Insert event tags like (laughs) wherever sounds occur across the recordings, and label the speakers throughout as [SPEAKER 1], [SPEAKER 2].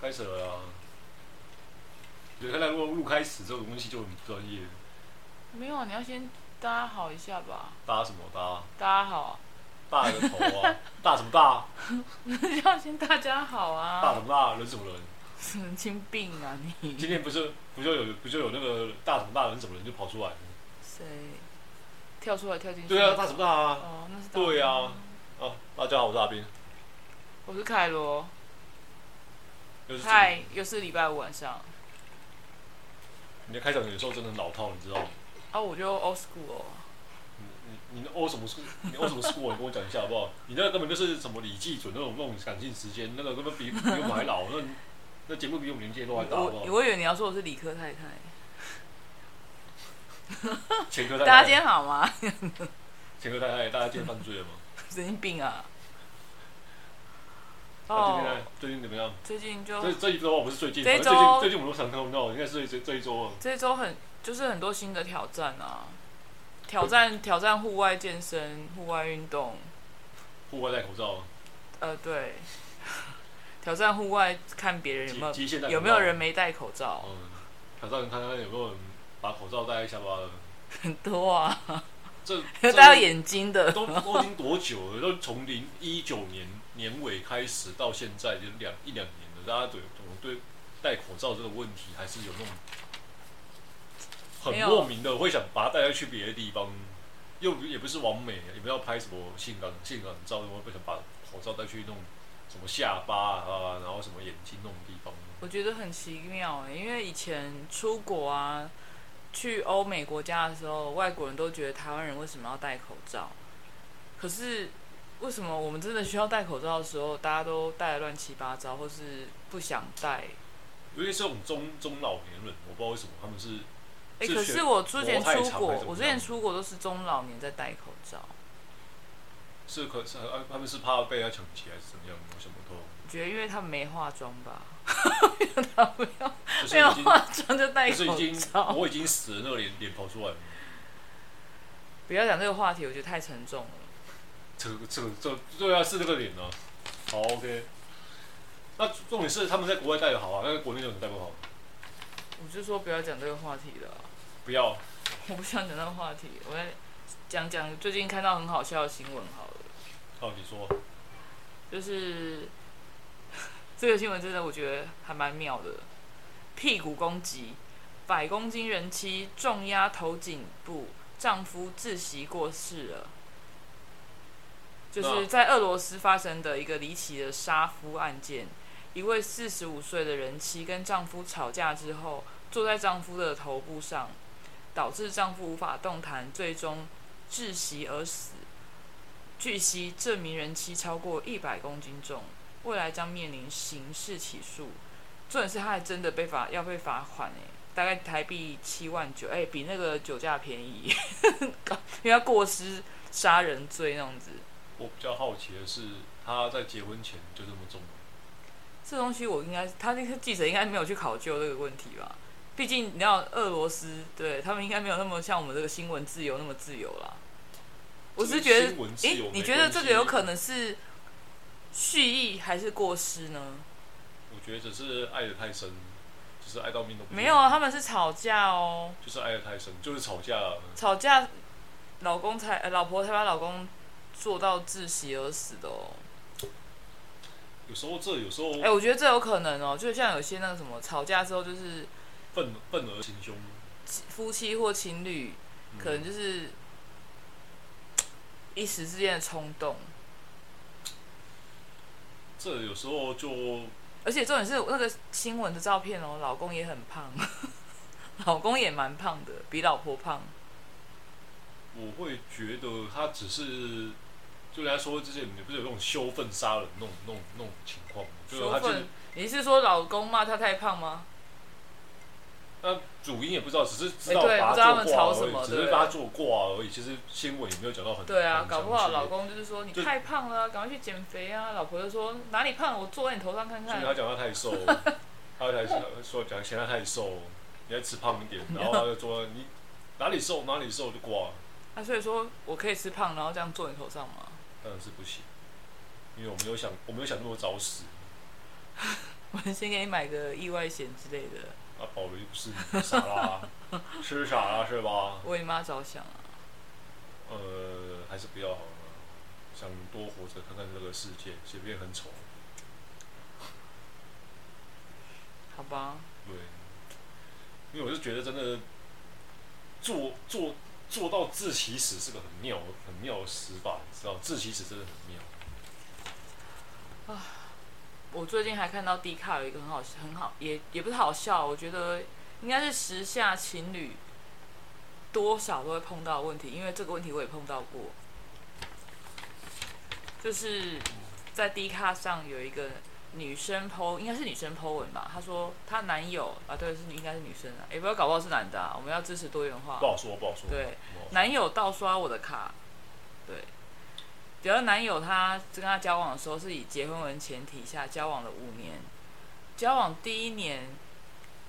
[SPEAKER 1] 太扯了啊！对，他来录录开始这种东西就很不专业，
[SPEAKER 2] 没有，啊你要先大家好一下吧。
[SPEAKER 1] 搭什么搭？
[SPEAKER 2] 大家好， (laughs)
[SPEAKER 1] 大个头啊！大什么大？
[SPEAKER 2] 要先大家好
[SPEAKER 1] 大
[SPEAKER 2] 啊。
[SPEAKER 1] 什么大？人什么人？
[SPEAKER 2] 神经病啊你！
[SPEAKER 1] 今天不是不就有不就有那个大什么大人什么人就跑出来了？
[SPEAKER 2] 谁跳出来跳进去？
[SPEAKER 1] 对啊，大什么大啊？
[SPEAKER 2] 哦，那是大
[SPEAKER 1] 对啊，
[SPEAKER 2] 嗯
[SPEAKER 1] 哦，大家好，我是阿斌，
[SPEAKER 2] 我是凯罗。
[SPEAKER 1] 又是
[SPEAKER 2] 嗨，又是礼拜五晚上，
[SPEAKER 1] 你的开场有时候真的很老套，你知道吗？
[SPEAKER 2] 啊，我就 old school 哦。
[SPEAKER 1] 你你你欧什么书？你欧什么书？你跟我讲一下好不好？你那个根本就是什么《礼记》准那种那种感性时间，那个根本比比我们还老，那那节目比我们年纪都还大，好
[SPEAKER 2] 我
[SPEAKER 1] 不好？
[SPEAKER 2] 我以为你要说我是理科太太。
[SPEAKER 1] 前科
[SPEAKER 2] 大
[SPEAKER 1] 太
[SPEAKER 2] 家今
[SPEAKER 1] 太，
[SPEAKER 2] 天好吗？ (laughs)
[SPEAKER 1] 前科太太，大家今天犯罪了吗？
[SPEAKER 2] 神经病啊！
[SPEAKER 1] 那啊今天
[SPEAKER 2] 哦
[SPEAKER 1] 呢，最近怎么样？
[SPEAKER 2] 最近就
[SPEAKER 1] 这这一周不是最近，
[SPEAKER 2] 这一
[SPEAKER 1] 反
[SPEAKER 2] 周
[SPEAKER 1] 正最近最近我们都常看不到，应该是这这一周啊。
[SPEAKER 2] 这周很就是很多新的挑战啊，挑战挑战户外健身、户外运动，
[SPEAKER 1] 户外戴口罩，
[SPEAKER 2] 呃，对，挑战户外看别人有没
[SPEAKER 1] 极极限戴
[SPEAKER 2] 有
[SPEAKER 1] 口罩
[SPEAKER 2] 有没有人？没戴口罩，
[SPEAKER 1] 嗯，挑战看看有没有人把口罩戴在下巴的。
[SPEAKER 2] 很多啊， (laughs)
[SPEAKER 1] 这
[SPEAKER 2] 戴
[SPEAKER 1] 这
[SPEAKER 2] 到眼睛 (laughs) 的，
[SPEAKER 1] 都都已经多久了？都从零一九年年尾开始到现在，就两一两年了。大家对我们对戴口罩这个问题还是有那种很
[SPEAKER 2] 没有
[SPEAKER 1] 莫名的，会想把它带去别的地方，又不也不是完美，也不要拍什么性感性感照，我不想把口罩带去弄什么下巴啊，然后什么眼睛那种地方。
[SPEAKER 2] 我觉得很奇妙、欸，因为以前出国啊，去欧美国家的时候，外国人都觉得台湾人为什么要戴口罩，可是为什么我们真的需要戴口罩的时候，大家都戴的乱七八糟，或是不想戴？
[SPEAKER 1] 尤其是这种中中老年人，我不知道为什么他们是
[SPEAKER 2] 哎、
[SPEAKER 1] 是
[SPEAKER 2] 可
[SPEAKER 1] 选
[SPEAKER 2] 是我之前
[SPEAKER 1] 国泰
[SPEAKER 2] 出
[SPEAKER 1] 厂
[SPEAKER 2] 国
[SPEAKER 1] 还是怎么样，
[SPEAKER 2] 我之前出国都是中老年在戴口罩，
[SPEAKER 1] 是可是啊他们是怕被他抢劫还是怎么样？我想不通。
[SPEAKER 2] 我觉得因为他们没化妆吧，
[SPEAKER 1] 就是
[SPEAKER 2] 没有
[SPEAKER 1] 已经
[SPEAKER 2] 化妆就戴
[SPEAKER 1] 可是
[SPEAKER 2] 口
[SPEAKER 1] 已经
[SPEAKER 2] 罩。
[SPEAKER 1] 我已经死了，那个脸脸跑出来了。
[SPEAKER 2] 不要讲这个话题，我觉得太沉重了。
[SPEAKER 1] 这个这个这对啊，是这个脸啊。好，OK。那重点是他们在国外戴的好啊，那在国内有人戴不好。
[SPEAKER 2] 我就说不要讲这个话题了啊、
[SPEAKER 1] 不要，
[SPEAKER 2] 我不想讲那个话题，我在讲讲最近看到很好笑的新闻好了，
[SPEAKER 1] 好，你说，
[SPEAKER 2] 就是这个新闻真的我觉得还蛮妙的，屁股攻击，百公斤人妻重压头颈部，丈夫窒息过世了。就是
[SPEAKER 1] 那
[SPEAKER 2] 在俄罗斯发生的一个离奇的杀夫案件，一位四十五岁的人妻跟丈夫吵架之后，坐在丈夫的头部上，导致丈夫无法动弹，最终窒息而死。据悉，这名人妻超过一百公斤重，未来将面临刑事起诉。重点是，他还真的被罚，要被罚款哎、大概台币七万九，哎，比那个酒驾便宜， (laughs) 因为他过失杀人罪那种子。
[SPEAKER 1] 我比较好奇的是，他在结婚前就这么重，
[SPEAKER 2] 这东西我应该，他那个记者应该没有去考究这个问题吧？毕竟你知道俄罗斯，对他们应该没有那么像我们这个新闻自由那么自由啦。我只是觉得
[SPEAKER 1] 新闻，自由没
[SPEAKER 2] 诶，你觉得
[SPEAKER 1] 关
[SPEAKER 2] 这个
[SPEAKER 1] 系
[SPEAKER 2] 有可能是蓄意还是过失呢？
[SPEAKER 1] 我觉得只是爱的太深，只是爱到命都不
[SPEAKER 2] 没有啊，，他们是吵架哦，
[SPEAKER 1] 就是爱的太深，就是吵架啊了。
[SPEAKER 2] 吵架，老公才、呃老婆才把老公做到窒息而死的哦。
[SPEAKER 1] 有时候这，有时候
[SPEAKER 2] 哎、我觉得这有可能哦，就像有些那个什么吵架之后，就是
[SPEAKER 1] 愤愤而行凶，
[SPEAKER 2] 夫妻或情侣
[SPEAKER 1] 嗯
[SPEAKER 2] 可能就是一时之间的冲动，
[SPEAKER 1] 这有时候就
[SPEAKER 2] 而且重点是那个新闻的照片哦，老公也很胖， (laughs) 老公也蛮胖的，比老婆胖。
[SPEAKER 1] 我会觉得他只是，就人家说之前你不是有那种羞愤杀人那种那种那种情况吗，就是
[SPEAKER 2] 羞
[SPEAKER 1] 他就是
[SPEAKER 2] 愤，你是说老公骂她太胖吗？
[SPEAKER 1] 那主因也不知道，只是知道
[SPEAKER 2] 哎对
[SPEAKER 1] 把
[SPEAKER 2] 不知道
[SPEAKER 1] 他
[SPEAKER 2] 他们
[SPEAKER 1] 做挂
[SPEAKER 2] 吵什
[SPEAKER 1] 而
[SPEAKER 2] 么
[SPEAKER 1] 已，只
[SPEAKER 2] 对
[SPEAKER 1] 是
[SPEAKER 2] 不
[SPEAKER 1] 把
[SPEAKER 2] 对
[SPEAKER 1] 他做挂而已。其实新闻也没有讲到很
[SPEAKER 2] 对啊，
[SPEAKER 1] 很
[SPEAKER 2] 搞不好
[SPEAKER 1] 详细
[SPEAKER 2] 老公就是说你
[SPEAKER 1] 就
[SPEAKER 2] 太胖了，赶快去减肥啊。老婆就说哪里胖，我坐在你头上看
[SPEAKER 1] 所以他
[SPEAKER 2] 看。
[SPEAKER 1] 讲他太
[SPEAKER 2] (laughs)
[SPEAKER 1] 瘦，他才说讲嫌他太瘦，你要吃胖一
[SPEAKER 2] (laughs)
[SPEAKER 1] 点，然后他就说你哪里瘦哪里瘦就挂了，
[SPEAKER 2] 啊，所以说我可以吃胖，然后这样坐你头上吗？ (laughs)
[SPEAKER 1] 当然是不行，因为我没有想我没有想那么早死，
[SPEAKER 2] 我先给你买个意外险之类的，
[SPEAKER 1] 那保了又不是你傻啦，
[SPEAKER 2] (laughs)
[SPEAKER 1] 吃傻啦是吧？
[SPEAKER 2] 为妈着想啊。
[SPEAKER 1] 呃，还是不要好了，想多活着看看这个世界，随便很丑。
[SPEAKER 2] 好吧，
[SPEAKER 1] 对，因为我就觉得真的做做做到自其死是个很妙很妙的死法，你知道？自其死真的很妙。
[SPEAKER 2] 我最近还看到 D 卡有一个很好很好也也不是好笑，我觉得应该是时下情侣多少都会碰到的问题，因为这个问题我也碰到过，就是在 D 卡上有一个女生 PO，应该是女生 PO 文吧，她说她男友啊，对，是应该是女生啊，也不要搞不好是男的啊，我们要支持多元化
[SPEAKER 1] 不。好说，不好说。
[SPEAKER 2] 对，
[SPEAKER 1] 不好说，
[SPEAKER 2] 男友盗刷我的卡，对，只要男友他跟他交往的时候是以结婚为前提下交往了五年，交往第一年，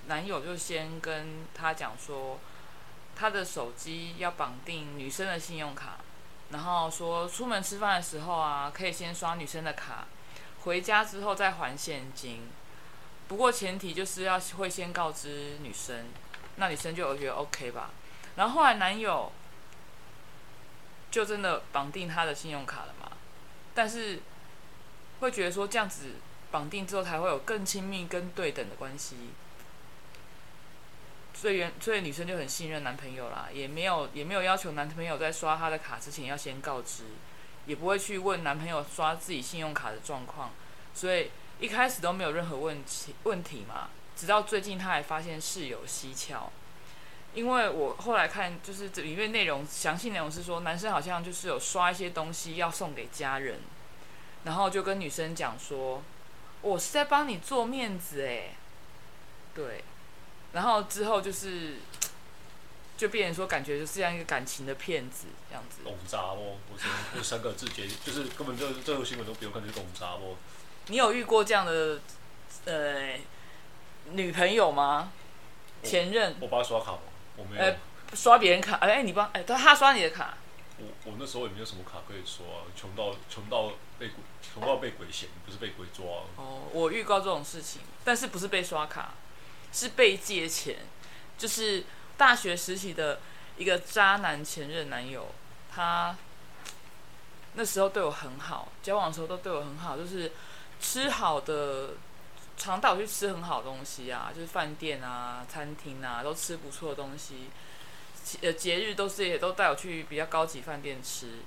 [SPEAKER 2] 男友就先跟他讲说，他的手机要绑定女生的信用卡，然后说出门吃饭的时候啊，可以先刷女生的卡，回家之后再还现金。不过前提就是要会先告知女生，那女生就有觉得 OK 吧。然后后来男友就真的绑定她的信用卡了嘛，但是会觉得说这样子绑定之后才会有更亲密、跟对等的关系。所以原所以女生就很信任男朋友啦，也没有也没有要求男朋友在刷她的卡之前要先告知，也不会去问男朋友刷自己信用卡的状况，所以一开始都没有任何问题问题嘛，直到最近她还发现事有蹊跷，因为我后来看，就是这里面内容详细内容是说，男生好像就是有刷一些东西要送给家人，然后就跟女生讲说，我是在帮你做面子哎，对，然后之后就是就变成说，感觉就是像一个感情的骗子这样子。
[SPEAKER 1] 懂渣哦，我只能这三个字结，就是根本就这个新闻都不用看，就是懂渣哦。
[SPEAKER 2] 你有遇过这样的呃女朋友吗？
[SPEAKER 1] 我
[SPEAKER 2] 前任
[SPEAKER 1] 我帮他刷卡吗？我没有，
[SPEAKER 2] 哎刷别人卡，哎、你帮哎、他他刷你的卡，
[SPEAKER 1] 我我那时候也没有什么卡可以刷、啊，穷到穷到被鬼穷到被鬼嫌，不是被鬼抓、啊。
[SPEAKER 2] 哦，我预告这种事情，但是不是被刷卡，是被借钱，就是大学时期的一个渣男前任男友，他那时候对我很好，交往的时候都对我很好，就是吃好的，常带我去吃很好的东西啊，就是饭店啊、餐厅啊，都吃不错的东西。其呃，节日都是也都带我去比较高级饭店吃，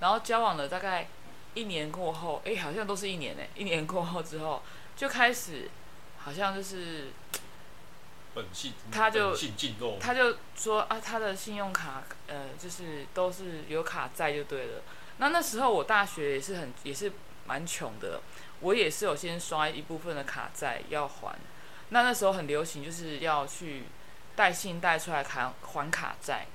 [SPEAKER 2] 然后交往了大概一年过后，哎、好像都是一年呢、一年过后之后，就开始好像就是
[SPEAKER 1] 本性，
[SPEAKER 2] 他就
[SPEAKER 1] 本性尽露，
[SPEAKER 2] 他就说啊，他的信用卡呃，就是都是有卡债就对了。那那时候我大学也是很也是蛮穷的，我也是有先刷一部分的卡债要还。那那时候很流行，就是要去带信贷出来还还卡债。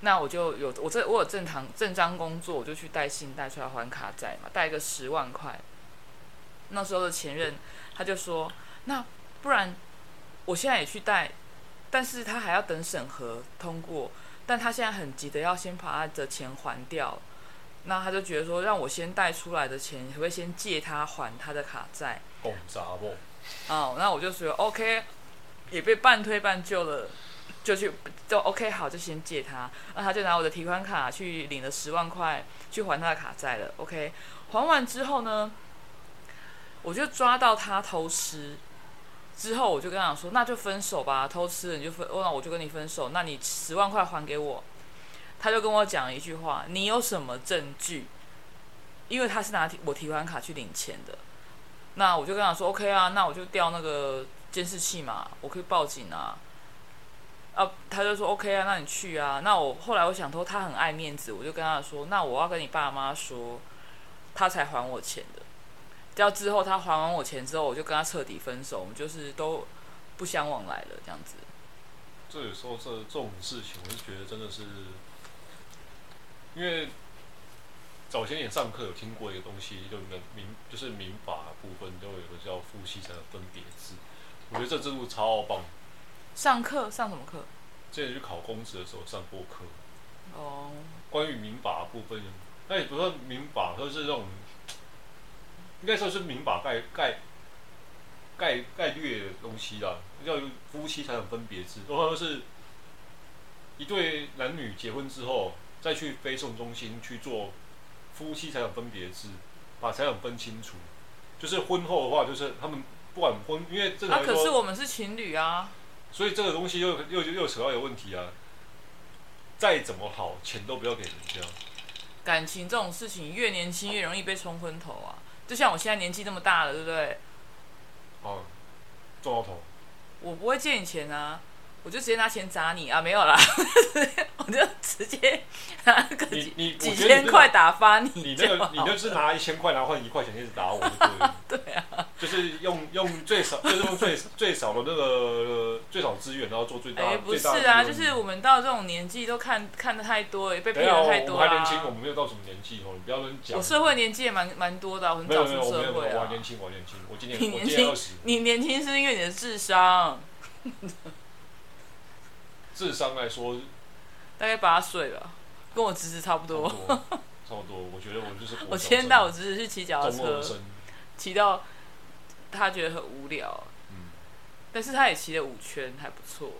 [SPEAKER 2] 那我就有我这我有正常正当工作，我就去带信贷出来还卡债嘛，带个十万块。那时候的前任他就说，那不然我现在也去带但是他还要等审核通过，但他现在很急的要先把他的钱还掉，那他就觉得说，让我先贷出来的钱，可不可以先借他还他的卡债？
[SPEAKER 1] 懂渣哦。
[SPEAKER 2] 哦，那我就说 OK，也被半推半就了，就去就 OK 好，就先借他，那他就拿我的提款卡去领了十万块去还他的卡债了，OK，还完之后呢，我就抓到他偷吃，之后我就跟他讲说，那就分手吧，偷吃了你就分，哦那我就跟你分手，那你十万块还给我，他就跟我讲一句话，你有什么证据？因为他是拿提我提款卡去领钱的，那我就跟他说 OK 啊，那我就调那个监视器嘛，我可以报警啊。啊，他就说 OK 啊，那你去啊。那我后来我想说他很爱面子，我就跟他说，那我要跟你爸妈说，他才还我钱的。到之后他还完我钱之后，我就跟他彻底分手，我们就是都不相往来了这样子。
[SPEAKER 1] 这有时候这这种事情，我是觉得真的是，因为早前也上课有听过一个东西，就民民就是民法部分都有一个叫夫妻财产分别制，我觉得这制度超棒。
[SPEAKER 2] 上课上什么课？
[SPEAKER 1] 之前去考公职的时候上过课，
[SPEAKER 2] 哦，
[SPEAKER 1] 关于民法部分，那也不算民法，就是这种，应该说是民法概概概概率的东西啦，要有夫妻才有分别制，通常都是一对男女结婚之后再去非送中心去做夫妻财产分别制，把财产分清楚。就是婚后的话，就是他们不管婚，因为正
[SPEAKER 2] 啊
[SPEAKER 1] 常，来
[SPEAKER 2] 可是
[SPEAKER 1] 说，
[SPEAKER 2] 我们是情侣啊，
[SPEAKER 1] 所以这个东西又又又又扯到一个问题啊。再怎么好，钱都不要给人家。
[SPEAKER 2] 感情这种事情越年轻越容易被冲昏头啊。就像我现在年纪这么大了，对不对？
[SPEAKER 1] 啊，撞到头，
[SPEAKER 2] 我不会借你钱啊，我就直接拿钱砸你啊，没有啦， (laughs) 我就直接拿个
[SPEAKER 1] 你
[SPEAKER 2] 几
[SPEAKER 1] 你
[SPEAKER 2] 几
[SPEAKER 1] 我觉得
[SPEAKER 2] 千
[SPEAKER 1] 你这个
[SPEAKER 2] 块打发
[SPEAKER 1] 你
[SPEAKER 2] 你
[SPEAKER 1] 那
[SPEAKER 2] 就
[SPEAKER 1] 个
[SPEAKER 2] 好。
[SPEAKER 1] 你就是拿一千块，然后换一块钱一直打我，对了。
[SPEAKER 2] (laughs) 对啊，
[SPEAKER 1] 就是用用最少，就是用最最少 (laughs) 的那个呃最少资源，然后做最大。
[SPEAKER 2] 哎、不
[SPEAKER 1] 最
[SPEAKER 2] 是
[SPEAKER 1] 大的
[SPEAKER 2] 啊，
[SPEAKER 1] 利润
[SPEAKER 2] 就是我们到这种年纪都看看的太多了，被
[SPEAKER 1] 等
[SPEAKER 2] 骗
[SPEAKER 1] 一下哦
[SPEAKER 2] 的太
[SPEAKER 1] 我
[SPEAKER 2] 多
[SPEAKER 1] 们
[SPEAKER 2] 了、
[SPEAKER 1] 还年轻，我们没有到什么年纪哦，你不要乱讲。
[SPEAKER 2] 我社会年纪也蛮蛮多的啊、我很
[SPEAKER 1] 没有
[SPEAKER 2] 早
[SPEAKER 1] 没
[SPEAKER 2] 出
[SPEAKER 1] 有，我没有，
[SPEAKER 2] 社
[SPEAKER 1] 我
[SPEAKER 2] 会
[SPEAKER 1] 还
[SPEAKER 2] 啊。
[SPEAKER 1] 年轻，我还年轻，我今年
[SPEAKER 2] 你
[SPEAKER 1] 我
[SPEAKER 2] 年
[SPEAKER 1] 今年
[SPEAKER 2] 轻
[SPEAKER 1] 二十，
[SPEAKER 2] 你年轻是因为你的智商，
[SPEAKER 1] 智商来说
[SPEAKER 2] 大概八岁吧，跟我侄子差不
[SPEAKER 1] 差不
[SPEAKER 2] 多。
[SPEAKER 1] 多，差不多。我觉得我就是
[SPEAKER 2] 我今天带我侄子去骑脚踏
[SPEAKER 1] 中二
[SPEAKER 2] 车，
[SPEAKER 1] 生，
[SPEAKER 2] 骑到他觉得很无聊，
[SPEAKER 1] 嗯，
[SPEAKER 2] 但是他也骑了五圈，还不错。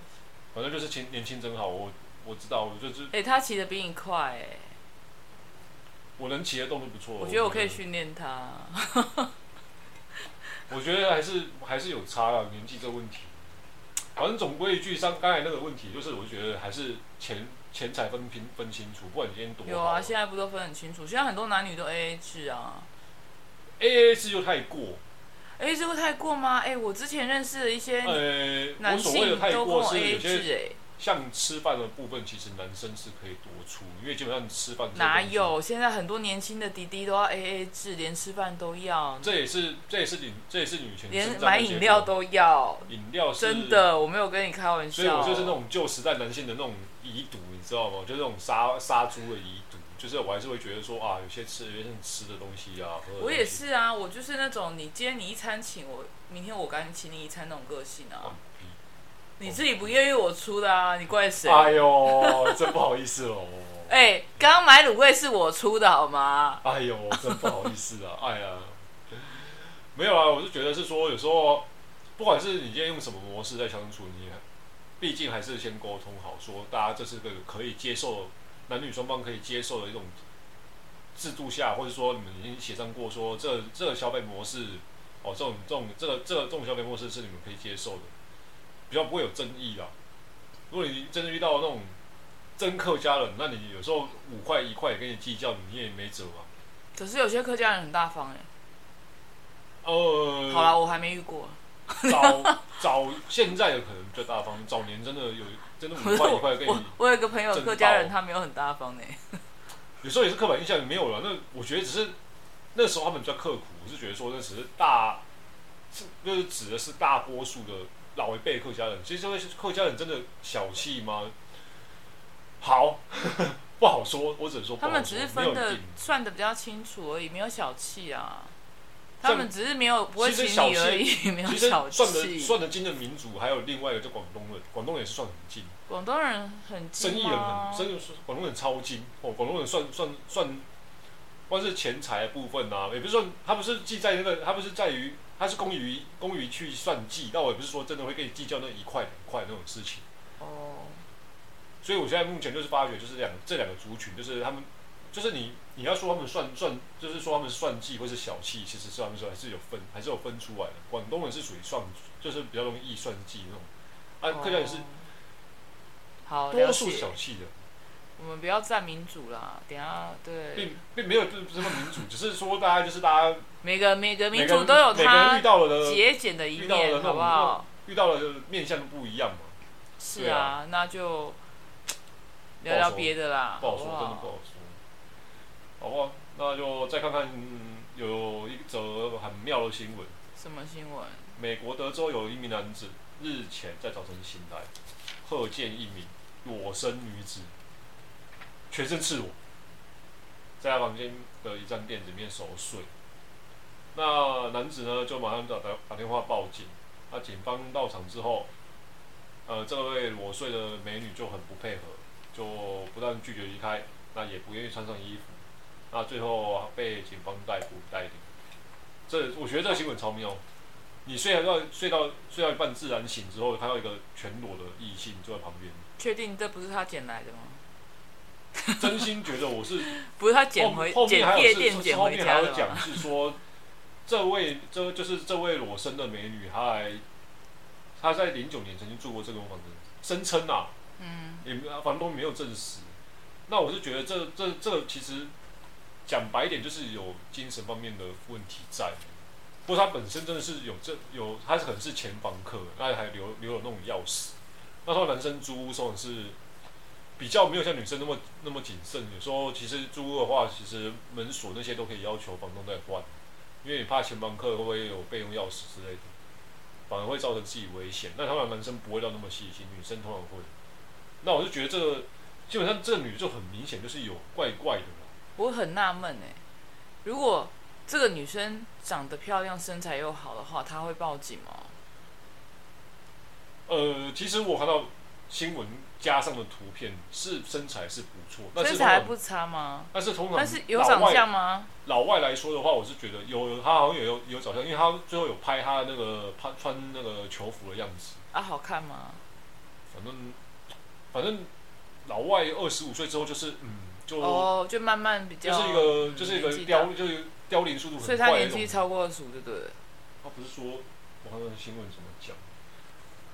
[SPEAKER 1] 反正就是轻年轻真好，我我知道，我就是
[SPEAKER 2] 哎、他骑的比你快哎、
[SPEAKER 1] 我能骑的动作不错。
[SPEAKER 2] 我觉得我可以训练他。
[SPEAKER 1] 我觉得还是还是有差啊，年纪这个问题。反正总归一句，像刚才那个问题，就是我觉得还是钱钱财分清分清楚，不管你今天多
[SPEAKER 2] 有
[SPEAKER 1] 好
[SPEAKER 2] 啊，现在不都分很清楚，现在很多男女都 A A 制啊。
[SPEAKER 1] ，A A 制又太过，
[SPEAKER 2] A A 制会太过吗？哎、我之前认识的一些
[SPEAKER 1] 呃，我
[SPEAKER 2] 男
[SPEAKER 1] 所
[SPEAKER 2] 性
[SPEAKER 1] 谓的太
[SPEAKER 2] 都跟
[SPEAKER 1] 过
[SPEAKER 2] 我
[SPEAKER 1] 是
[SPEAKER 2] A A
[SPEAKER 1] 有
[SPEAKER 2] 制
[SPEAKER 1] 些
[SPEAKER 2] 哎、
[SPEAKER 1] 像吃饭的部分，其实男生是可以多出，因为基本上你吃饭这个
[SPEAKER 2] 哪
[SPEAKER 1] 东西？
[SPEAKER 2] 有？现在很多年轻的弟弟都要 A A 制，连吃饭都要，
[SPEAKER 1] 这也是这也是女这也是女权伸
[SPEAKER 2] 连
[SPEAKER 1] 张的
[SPEAKER 2] 买
[SPEAKER 1] 结
[SPEAKER 2] 饮
[SPEAKER 1] 果
[SPEAKER 2] 料都要。
[SPEAKER 1] 饮料是
[SPEAKER 2] 真，的，我没有跟你开玩笑。
[SPEAKER 1] 所以我就是那种旧时代男性的那种遗毒，你知道吗？就是那种杀杀猪的遗毒，就是我还是会觉得说啊，有些吃有些吃的东西啊，喝的
[SPEAKER 2] 我
[SPEAKER 1] 东
[SPEAKER 2] 也
[SPEAKER 1] 西
[SPEAKER 2] 是啊，我就是那种你今天你一餐请我，明天我赶紧请你一餐那种个性啊
[SPEAKER 1] 啊。
[SPEAKER 2] 你自己不愿意我出的啊，你怪谁？
[SPEAKER 1] 哎呦，真不好意思哦。
[SPEAKER 2] 哎，刚、买卤味是我出的好吗？
[SPEAKER 1] 哎呦，真不好意思啊！哎呀，没有啊，我是觉得是说，有时候不管是你今天用什么模式在相处，你毕竟还是先沟通好，说大家这是个可以接受男女双方可以接受的一种制度下，或者说你们已经协商过说这这个消费模式哦，这种这种这个这个这种消费模式是你们可以接受的，比较不会有争议啦。如果你真的遇到那种真客家人，那你有时候五块一块跟你计较，你也没辙啊嘛。
[SPEAKER 2] 可是有些客家人很大方哎、
[SPEAKER 1] 呃，
[SPEAKER 2] 好啦，我还没遇过，
[SPEAKER 1] 早 (laughs) 早现在有可能比较大方，早年真的有真的
[SPEAKER 2] 可
[SPEAKER 1] 五
[SPEAKER 2] 是
[SPEAKER 1] 块一块给
[SPEAKER 2] 我
[SPEAKER 1] 你，
[SPEAKER 2] 我有一个朋友
[SPEAKER 1] 正
[SPEAKER 2] 客家人，
[SPEAKER 1] 爆
[SPEAKER 2] 他没有很大方哎、
[SPEAKER 1] 有时候也是刻板印象也没有了。那我觉得只是那时候他们比较刻苦，我是觉得说那只是大，是就是指的是大多数的老一辈客家人。其实这位客家人真的小气吗？好， (laughs) 不好说，我只能说不
[SPEAKER 2] 他
[SPEAKER 1] 好
[SPEAKER 2] 们
[SPEAKER 1] 说
[SPEAKER 2] 只是
[SPEAKER 1] 没有
[SPEAKER 2] 分的
[SPEAKER 1] 一定
[SPEAKER 2] 算的比较清楚而已，没有小气啊。
[SPEAKER 1] 像
[SPEAKER 2] 他们只是没有不会
[SPEAKER 1] 其实
[SPEAKER 2] 请
[SPEAKER 1] 小
[SPEAKER 2] 你而已， (laughs) 没有
[SPEAKER 1] 其实
[SPEAKER 2] 小
[SPEAKER 1] 算得
[SPEAKER 2] 气。
[SPEAKER 1] 算得精的民族，还有另外一个叫广东人，广东人也是算很近。
[SPEAKER 2] 广东人很
[SPEAKER 1] 生意
[SPEAKER 2] 精
[SPEAKER 1] 人
[SPEAKER 2] 吗
[SPEAKER 1] 很，？生意广东人超精哦，广东人算算算，不管是钱财的部分啊，也不是说他不是计在那个，他不是在于他是公于公于去算计，但我也不是说真的会跟你计较那一块两块那种事情。
[SPEAKER 2] 哦，
[SPEAKER 1] 所以我现在目前就是发觉，就是两这两个族群，就是他们，就是你你要说他们算算，就是说他们算计或是小气，其实是他们说还是有分，还是有分出来的。广东人是属于算，就是比较容易易算计那种，啊，客家人是
[SPEAKER 2] 哦好
[SPEAKER 1] 多
[SPEAKER 2] 了
[SPEAKER 1] 数
[SPEAKER 2] 解
[SPEAKER 1] 小。气的。
[SPEAKER 2] 我们不要占民主啦，等一下对
[SPEAKER 1] 并并没有就是什么民主，只是说大家就是大家
[SPEAKER 2] 每个每个民
[SPEAKER 1] 每个
[SPEAKER 2] 主
[SPEAKER 1] 人
[SPEAKER 2] 都有
[SPEAKER 1] 每个人
[SPEAKER 2] 他
[SPEAKER 1] 遇到了的
[SPEAKER 2] 节俭的一
[SPEAKER 1] 遇到了那
[SPEAKER 2] 面，
[SPEAKER 1] 种
[SPEAKER 2] 好不好？
[SPEAKER 1] 遇到了的面相不一样嘛，
[SPEAKER 2] 是
[SPEAKER 1] 对啊
[SPEAKER 2] 啊，那就聊
[SPEAKER 1] 不好
[SPEAKER 2] 聊
[SPEAKER 1] 说
[SPEAKER 2] 别的啦，
[SPEAKER 1] 不好
[SPEAKER 2] 不
[SPEAKER 1] 说，真的不好说。好不好？那就再看看嗯有一则很妙的新闻，
[SPEAKER 2] 什么新闻？
[SPEAKER 1] 美国德州有一名男子日前在早晨醒来，贺见一名裸身女子，全身赤裸，在他房间的一张垫子里面熟睡。那男子呢，就马上打打打电话报警。那警方到场之后，呃，这位裸睡的美女就很不配合，就不但拒绝离开，那也不愿意穿上衣服。那最后被警方逮捕逮捕。这我觉得这个新闻超妙。你睡到睡到睡到一半自然醒之后，看到一个全裸的异性坐在旁
[SPEAKER 2] (laughs)
[SPEAKER 1] 边，
[SPEAKER 2] 确定这不是他捡来的吗？
[SPEAKER 1] 真心觉得我
[SPEAKER 2] (laughs)
[SPEAKER 1] 是
[SPEAKER 2] 不是他捡回
[SPEAKER 1] 后后面还
[SPEAKER 2] 捡
[SPEAKER 1] 有
[SPEAKER 2] 夜
[SPEAKER 1] 是
[SPEAKER 2] 店捡
[SPEAKER 1] 后
[SPEAKER 2] 回
[SPEAKER 1] 面还
[SPEAKER 2] 家
[SPEAKER 1] 有
[SPEAKER 2] 的吗？
[SPEAKER 1] 讲是说，这位这就是这位裸身的美女，她还她在零九年曾经住过这栋房子，声称啊，
[SPEAKER 2] 嗯，
[SPEAKER 1] 也没有房东没有证实。那我是觉得这这这其实讲白一点就是有精神方面的问题在，不过他本身真的是有这有他可能是前房客，那还留留有那种钥匙。那时候男生租屋时候是比较没有像女生那么那么谨慎，有时候其实租屋的话，其实门锁那些都可以要求房东再换，因为你怕前房客会不会有备用钥匙之类的，反而会造成自己危险。那通常男生不会到那么细心，女生通常会。那我就觉得这个基本上这个女就很明显就是有怪怪的嘛，
[SPEAKER 2] 我很纳闷哎，如果这个女生长得漂亮、身材又好的话，她会报警吗？
[SPEAKER 1] 呃，其实我看到新闻加上的图片是身材是不错，但是
[SPEAKER 2] 身
[SPEAKER 1] 通
[SPEAKER 2] 材还
[SPEAKER 1] 常
[SPEAKER 2] 不差吗？
[SPEAKER 1] 但是通常
[SPEAKER 2] 但是有
[SPEAKER 1] 老
[SPEAKER 2] 长
[SPEAKER 1] 外
[SPEAKER 2] 相吗？
[SPEAKER 1] 老外来说的话，我是觉得有他好像有有有长相，因为他最后有拍他那个他穿那个球服的样子，
[SPEAKER 2] 啊，好看吗？
[SPEAKER 1] 反正反正老外二十五岁之后就是嗯就、
[SPEAKER 2] 哦，就慢慢比
[SPEAKER 1] 就
[SPEAKER 2] 较，
[SPEAKER 1] 是一个就是一
[SPEAKER 2] 嗯
[SPEAKER 1] 个
[SPEAKER 2] 年纪
[SPEAKER 1] 凋就是凋零速度
[SPEAKER 2] 大
[SPEAKER 1] 很快
[SPEAKER 2] 所以她
[SPEAKER 1] 的那
[SPEAKER 2] 年
[SPEAKER 1] 种
[SPEAKER 2] 纪超过二十五，对不对了？
[SPEAKER 1] 他不是说，我看看新闻怎么讲，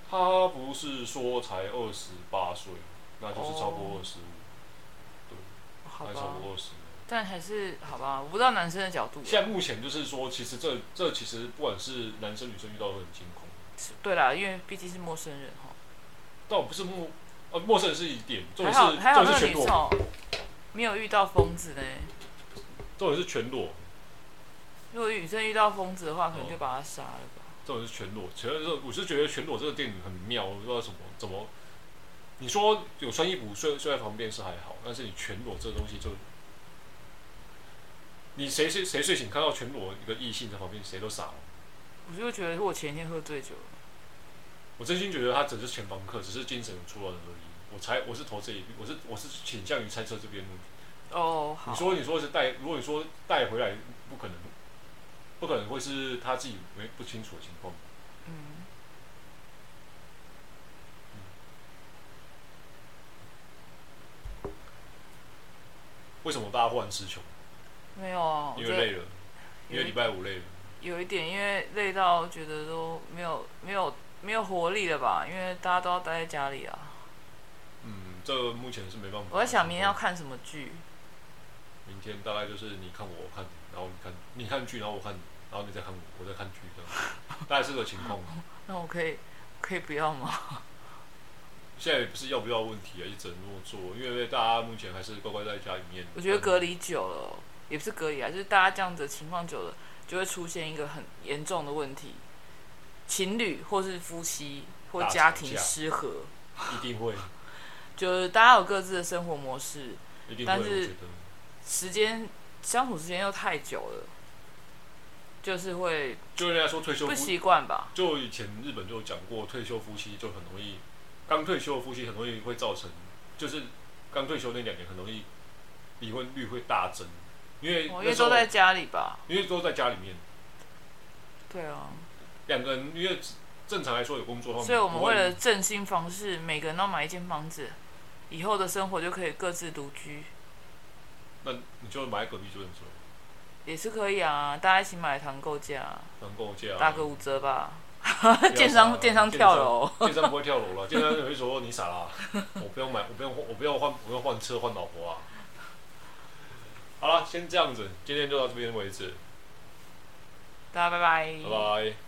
[SPEAKER 1] 他不是说才二十八岁，那就是超过
[SPEAKER 2] 哦
[SPEAKER 1] 二十五，
[SPEAKER 2] 好
[SPEAKER 1] 还超
[SPEAKER 2] 吧，
[SPEAKER 1] 过二十。
[SPEAKER 2] 但还是好吧，我不知道男生的角度啊。
[SPEAKER 1] 现在目前就是说，其实这这其实不管是男生女生遇到都很惊恐，
[SPEAKER 2] 对啦，因为毕竟是陌生人哈。
[SPEAKER 1] 但我不是陌呃陌生人是一点，重
[SPEAKER 2] 还
[SPEAKER 1] 点
[SPEAKER 2] 好
[SPEAKER 1] 是
[SPEAKER 2] 还好
[SPEAKER 1] 重点
[SPEAKER 2] 那
[SPEAKER 1] 是全
[SPEAKER 2] 个女
[SPEAKER 1] 裸
[SPEAKER 2] 生，哦，没有遇到疯子呢。
[SPEAKER 1] 重点是全裸，
[SPEAKER 2] 如果女生遇到疯子的话，可能就把他杀了吧。
[SPEAKER 1] 重点是全裸。其实这我是觉得全裸这个电影很妙，我不知道怎么怎么。你说有穿衣服睡睡在旁边是还好，但是你全裸这个东西就，你谁睡谁睡醒看到全裸一个异性在旁边，谁都傻了。
[SPEAKER 2] 我就觉得我前一天喝醉酒了，
[SPEAKER 1] 我真心觉得他只是全房客，只是精神有出乱而已。我猜我是投这一，我是我是倾向于猜测这边。
[SPEAKER 2] 哦，好
[SPEAKER 1] 你，说你说是带，如果你说带回来，不可能，不可能会是他自己没不清楚的情况。
[SPEAKER 2] 嗯，
[SPEAKER 1] 为什么大家忽然失穷？
[SPEAKER 2] 没有啊，我
[SPEAKER 1] 因
[SPEAKER 2] 觉
[SPEAKER 1] 为
[SPEAKER 2] 得
[SPEAKER 1] 累了，哦因为礼拜五累了。
[SPEAKER 2] 有一点，因为累到觉得都没有没有没有活力了吧，因为大家都要待在家里啊。
[SPEAKER 1] 嗯，这目前是没办法。
[SPEAKER 2] 我在想明天要看什么剧，
[SPEAKER 1] 明天大概就是你看我，我看你，然后你看你看剧，然后我看你，然后你再看我，我再看剧这样，
[SPEAKER 2] (laughs)
[SPEAKER 1] 大概是这个情况。
[SPEAKER 2] 那我可以可以不要吗？
[SPEAKER 1] 现在也不是要不要的问题啊，也只能这么做，因为大家目前还是乖乖在家里面。
[SPEAKER 2] 我觉得隔离久了哦，也不是隔离啊，就是大家这样子的情况久了，就会出现一个很严重的问题，情侣或是夫妻或
[SPEAKER 1] 大吵
[SPEAKER 2] 家庭
[SPEAKER 1] 架
[SPEAKER 2] 失和，
[SPEAKER 1] 一定会，
[SPEAKER 2] 就是大家有各自的生活模式，
[SPEAKER 1] 一定会，
[SPEAKER 2] 但
[SPEAKER 1] 我
[SPEAKER 2] 是
[SPEAKER 1] 觉得。
[SPEAKER 2] 时间相处时间又太久了，就是会
[SPEAKER 1] 就人家说退休
[SPEAKER 2] 不
[SPEAKER 1] 夫，
[SPEAKER 2] 习惯吧。
[SPEAKER 1] 就以前日本就有讲过，退休夫妻就很容易，刚退休的夫妻很容易会造成，就是刚退休那两年很容易离婚率会大增，因为
[SPEAKER 2] 哦我因
[SPEAKER 1] 那
[SPEAKER 2] 为
[SPEAKER 1] 时候
[SPEAKER 2] 都在家里吧。
[SPEAKER 1] 因为都在家里面。
[SPEAKER 2] 对啊，
[SPEAKER 1] 两个人因为正常来说有工作的话，
[SPEAKER 2] 所以我们
[SPEAKER 1] 不会
[SPEAKER 2] 为了振兴房市，每个人都买一间房子，以后的生活就可以各自独居，
[SPEAKER 1] 那你就买隔壁就能说
[SPEAKER 2] 也是可以啊。大家一起买团购价，啊
[SPEAKER 1] 团购价，
[SPEAKER 2] 打个五折吧。
[SPEAKER 1] 不要
[SPEAKER 2] 电
[SPEAKER 1] 傻
[SPEAKER 2] 商
[SPEAKER 1] 了
[SPEAKER 2] 电商跳哦楼，
[SPEAKER 1] 啊电商不会跳
[SPEAKER 2] (laughs)
[SPEAKER 1] 楼了，电商有一说你傻啦，我不用买，我不用我不要换，我不用换车换老婆啊。好了，先这样子，今天就到这边为止，
[SPEAKER 2] 大家拜拜。
[SPEAKER 1] 拜拜。